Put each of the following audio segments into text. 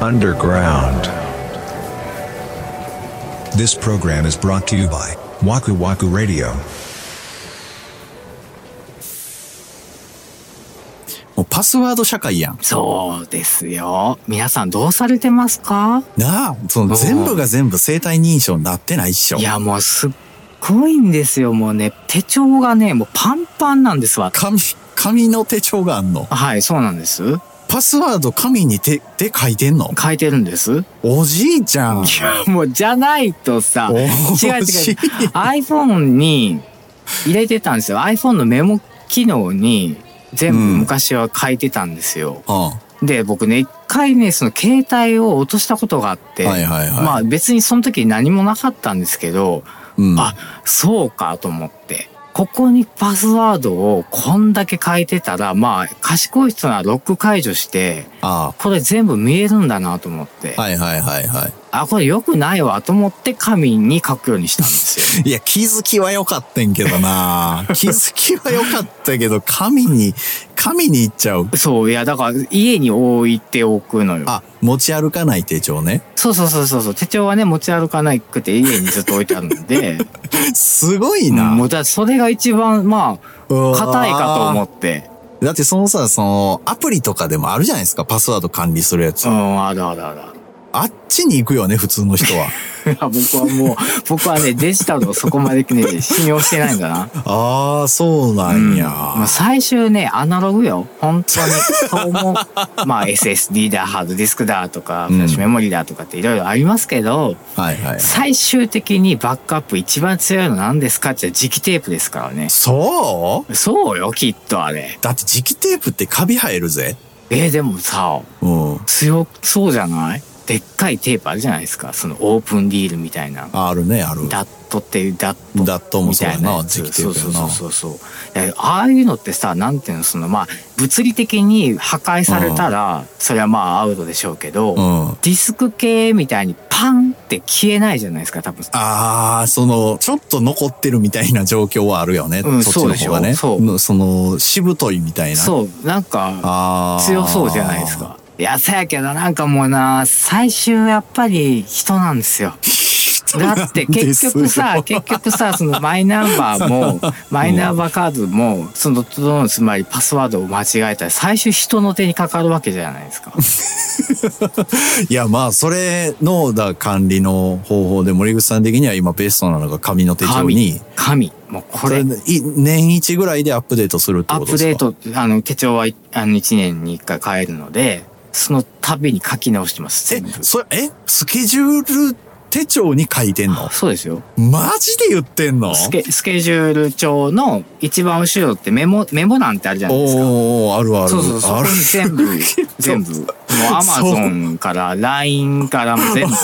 underground. This program is brought to you by Waku Waku Radio. もうパスワード社会やん。そうですよ。皆さんどうされてますかなあ、その全部が全部生体認証になってないっしょ。いや、もうすっごいんですよ。もうね、手帳がね、もうパンパンなんですわ。紙、紙の手帳があんの。はい、そうなんです。パスワード紙に手、で書いてんの。書いてるんです。おじいちゃん。いや、もう、じゃないとさ、お違う違うーしい。 iPhone に入れてたんですよ。iPhone のメモ機能に全部うん昔は書いてたんですよ。うん。はで、僕ね、一回ね、その携帯を落としたことがあって、いはいはい。まあ別にその時何もなかったんですけど、うん、あ、そうかと思って。ここにパスワードをこんだけ書いてたら、まあ、賢い人ならロック解除して、あこれ全部見えるんだなと思って、あはいはいはいはあ、これ良くないわと思って紙に書くようにしたんですよ。い。いや、気づきは良かったんけ どな気づきは良かったけど、紙に、紙に行っちゃう。 そう、いや、だから家に置いておくのよ。あ、持ち歩かない手帳ね。そうそうそうそうそう、手帳はね、持ち歩かなくて家にずっと置いてあるんで、すご いな。もうだからそれが一番、まうあ、わー硬いかと思って、だってそのさ、その、アプリとかでもあるじゃないですか、パスワード管理するやつ。うん、あるあるある。あっちに行くよね、普通 の人は。いや僕はも う、僕はね、デジタルをそこまでね、信用してないんだな。ああ、そうなんや。もう最終ね、アナログよ。本当に、そう 思う。まあ SSD だ、ハードディスクだとか、うんフラッシュメモリだとかっていろいろありますけど、はいはい。最終的にバックアップ一番強いの何ですかって言ったら磁気テープですからね。そうそうよ、きっとあれ。だって磁気テープってカビ生えるぜ。えーでもさ、うん。強そうじゃないでっかいテープあるじゃないですか。そのオープンディールみたいな。あるね、ある。ダットっていうダットダットもそうやなみたいやつ磁気テープやなそうそうそうそういやああいうのってさなんていうのそのまあ物理的に破壊されたら、それはまあアウトでしょうけど、うデん。ィスク系みたいにパンって消えないじゃないですか多分ああ、その、ちょっと残ってるみたいな状況はあるよね。うんそっちの方がね。そうでしょそうのその、しぶといみたいな。う。そうなんかああ。強そうじゃない です。かいやそやけどなんかもうな最終やっぱり人なんですよだって結局 さ、結局さ、そのマイナンバーも、マイナンバーカードも、その、つまりパスワードを間違えたら、最終人の手にかかるわけじゃないですか。いや、まあ、それの、だ、管理の方法で、森口さん的には今ベストなのが紙の手帳に、神。もうここれ、れい、年一ぐらいでアップデートするってアことップですデーかト、あの、手帳は、あの、1年に1回変えるので、その度に書き直してます、全部え、それ、え、スケジュール手帳に書いてんのそうですよ。マジで言ってんのスケ、スケジュール帳の一番後ろってメモ、メモなんてあるじゃないですか。おー、あるある。そうそう、そこあにる全部、全部。もうアマゾンから、LINE からも全部。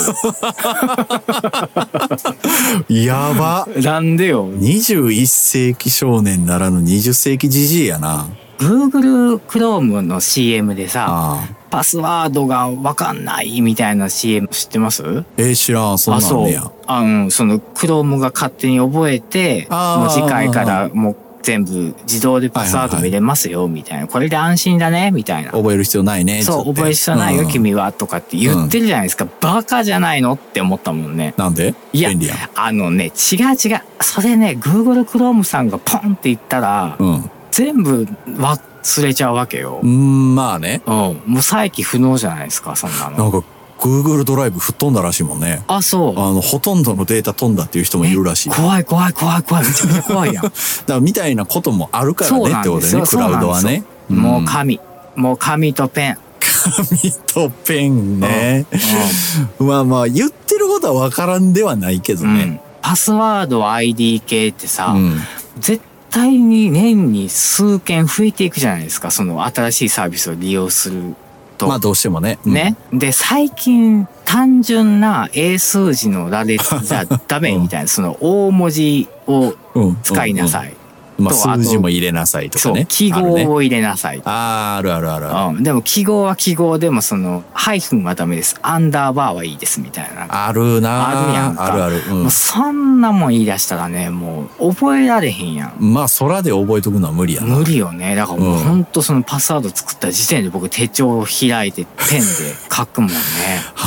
やば。なんでよ。 21世紀少年ならぬ20世紀じじいやな。 Google Chrome の CM でさ、ああ。パスワードがわかんないみたいな CM 知ってますえー、知らん、そんあ、なんあんそうねや。。あの、その Chrome が勝手に覚えて、もあうー次回からもう全部自動でパスワード見れますよみたいな。これで安心だねみたいな。覚える必要ないね。そう、つって覚えしゃないよ、うん君は、とかって言ってるじゃないですか。バカじゃないのって思ったもんね。なんでいや便利やん。あのね、違う違う。それね、Google Chrome さんがポンって言ったら、うん。全部忘れちゃうわけよ。うーん、まあね。うん。もう再起不能じゃないですか、そんななの。んか、Google ドライブ吹っ飛んだらしいもんね。あ、そあの、ほとんどのデータ飛んだっていう人もいるらしう。い。だ怖い怖い怖い怖い。めちゃめちゃ怖 いやん。から、みたいなこともあるからそうねなってんこでとすでね、よ。クラウドそうなはね。んですよもうん紙。もう紙とペン。紙とペンね。うまあまあ、言ってることはわからんではないけどん。ね。パスワード ID 系ってさ、うん。絶対に年に数件増えていくじゃないですか。その新しいサービスを利用すると。まあ、どうしてもね。うんね。で、最近、単純な英数 字の羅列じゃダメみたいな、その大文字をうん使いなさい。まあ、とあと数字も入れなさいとかそう、ね。記あるね号を入れなさい。あーあるあるあるある。うん、でも記号は記号でもそのハイフンはダメですアンダーバーはいいですみたいなあるなあるやんかあるある。もうそんなもん言い出したらねもう覚えられへんやんうん。まあ、空で覚えとくのは無理やな。無理よねだからもううんほんとそのパスワード作った時点で僕手帳を開いてペンで書くもんね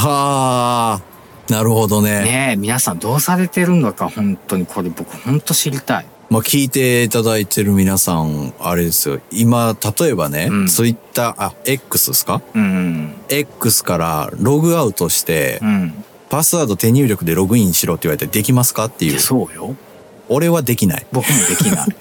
はあ、なるほどね。ねえ皆さんどうされてるのか本当にこれ僕本当知りたいまあ、聞いていただいてる皆さん、あれですよ。今、例えばね、うんツイッター、あ、X ですかうん、 ?X からログアウトして、うん、パスワード手入力でログインしろって言われてできますかっていいうや。そうよ俺はできない。僕もできない、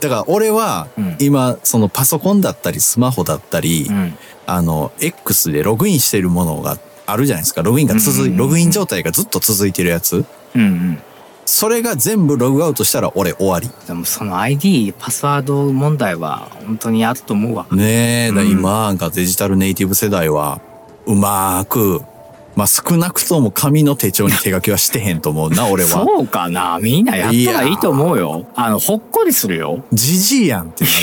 だから俺はうん今そのパソコンだったりスマホだったり、うん、あの X でログインしてるものがあるじゃないですかログインが続うんうんうんいログイン状態がずっと続いてるやつ うんうんそれが全部ログアウトしたら俺終わりでもその ID パスワード問題は本当にあると思うわねえ、だからうん今なんかデジタルネイティブ世代はうまーくまあ少なくとも紙の手帳に手書きはしてへんと思 うな俺はそうかなみんなやったらいいと思うよ。あの、ほっこりするよ。じじいやんってな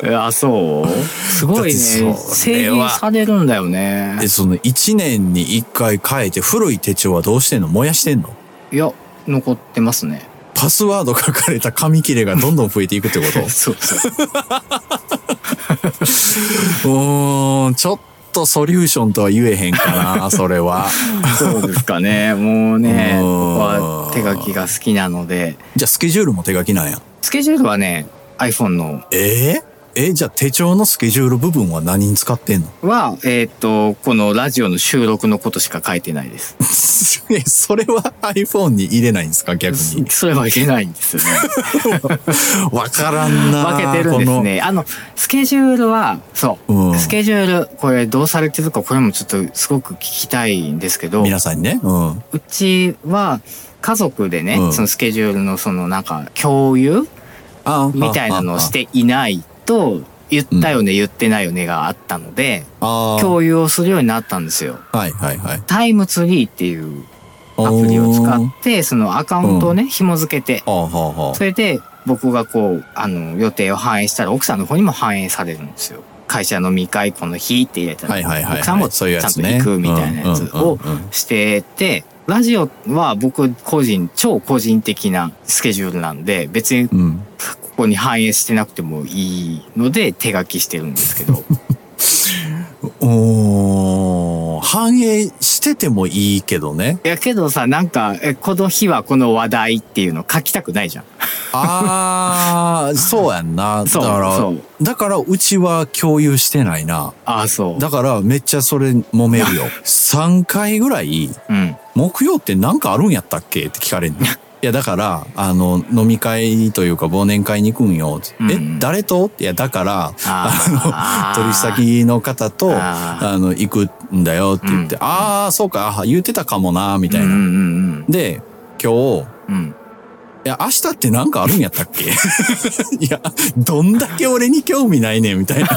るや んあ、そうすごいね。だってそれ制は限されるんだよねえ。その1年に1回変えて古い手帳はどうしてんの燃やしてんのいや、残ってますね。パスワード書かれた紙切れがどんどん増えていくってこそうそう。とうーん、ちょっとソリューションとは言えへんか な、それは。そうですかね。もう ね、う僕んは手書きが好きなので。じゃあスケジュールも手書きなんや。スケジュールはね、iPhone のえー、え、じゃあ手帳のスケジュール部分は何に使ってんのは、えーっと、このラジオの収録のことしか書いてないです。えそれは iPhone に入れないんですか逆 に。それはいけないんですよね。わからんな分けてるんですね。あの、スケジュールは、そう、うんスケジュール、これどうされてるか、これもちょっとすごく聞きたいんですけこのど、皆さんにね。うん。うちは家族でね、うんそのスケジュールのそのなんか共有あみたいなのをしていないと、言ったよね、言ってないよねがあったので、ああ。共有をするようになったんですよ。はいはいはい。タイムツリーっていうアプリを使って、そのアカウントをね、紐付けて、あーはあはあ。それで僕がこうあの予定を反映したら奥さんの方にも反映されるんですよ。会社飲み会この日って入れたら、はいはいはいはい奥さんもちそういうやゃんつとね行くみたいなやつをうんうんうんうしてて、ラジオは僕個人、超個人的なスケジュールなんで、別にこうん。こに反映してなくてもいいので手書きしてるんですけ ど、おー反映しててもいいけどね。いやけどさ、なんか、えこの日はこの話題っていうの書きたくないじゃん。ああ、そうやんな。だそうからそう、だからうちは共有してないな。ああ、そう。だからめっちゃそれ揉 めるよ。3回ぐらい、うん。木曜ってなんかあるんやったっけって聞か れるの。いや、だから、あの、飲み会というか忘年会に行くんよ。うんえ、誰とっていや、だから、あー取引先の方と、あーあの、行くんだよって言って、うんああ、そうか、あ言ってたかもな、みたいな。うんうんで、今日、うん。うん。いや、明日ってなんかあるんやったっけ いや、どんだけ俺に興味ないねんみたい な。い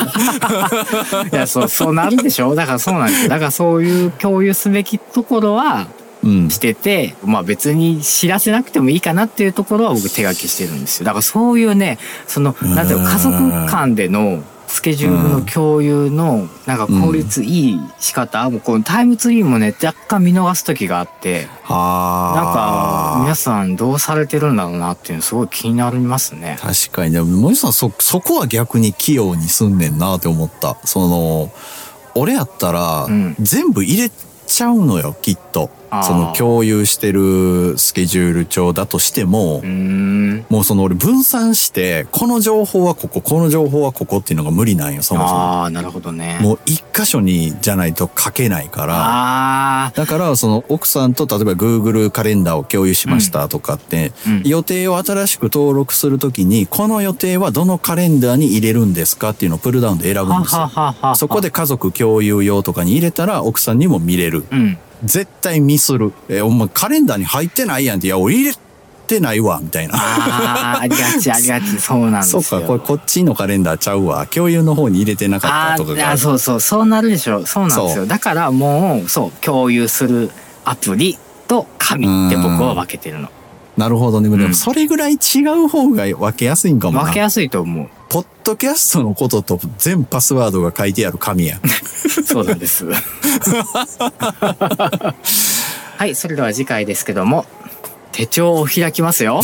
や、そう、そうなるでしょだからそうなんですよ。だからそういう共有すべきところはうん。してて、まあ別に知らせなくてもいいかなっていうところは僕手書きしてるんですよ。だからそういうね、その、なんていうのうん家族間でのスケジュールの共有の、なんか効率いい仕方、もうこのタイムツリーもね、若干見逃す時があって、なんかは皆あ。さんどうされてるんだろうなっていうのすごい気になりますね。確かに。でも、森さん、そ、そこは逆に器用にすんねんなって思った。その、俺やったらうん、全部入れちゃうのよ、きっとあ。ーその共有してるスケジュール帳だとしてもうー、ん。もうその俺分散して、この情報はここ、この情報はここっていうのが無理なんよ、そもそも。ああ、なるほどね。もう一箇所にじゃないと書けないから。あだから、その奥さんと例えば Google カレンダーを共有しましたとかって、うん予定を新しく登録するときに、この予定はどのカレンダーに入れるんですかっていうのをプルダウンで選あ、ぶんはですはよ。ははは。そこで家族共有用とかに入れたら奥さんにも見れる。うん。絶対ミスる。え、お前カレンダーに入ってないやんって、いや、俺入れてないわ、みたいな。ああ、ありがち、ありがち、そうなんですそよ。うか、これこっちのカレンダーちゃうわ。共有の方に入れてなかあったとかーがああ、る。そうそう、そうなるでしょう。そうなんですそよ。だからもう、そう、共有するアプリと紙って僕は分けてるの。なるほどね。でうもんそれぐらい違う方が分けやすいんかもな。分けやすいと思う。ポッドキャストのことと全パスワードが書いてある紙や。そうなん です。はい、それでは次回ですけども、手帳を開きますよ。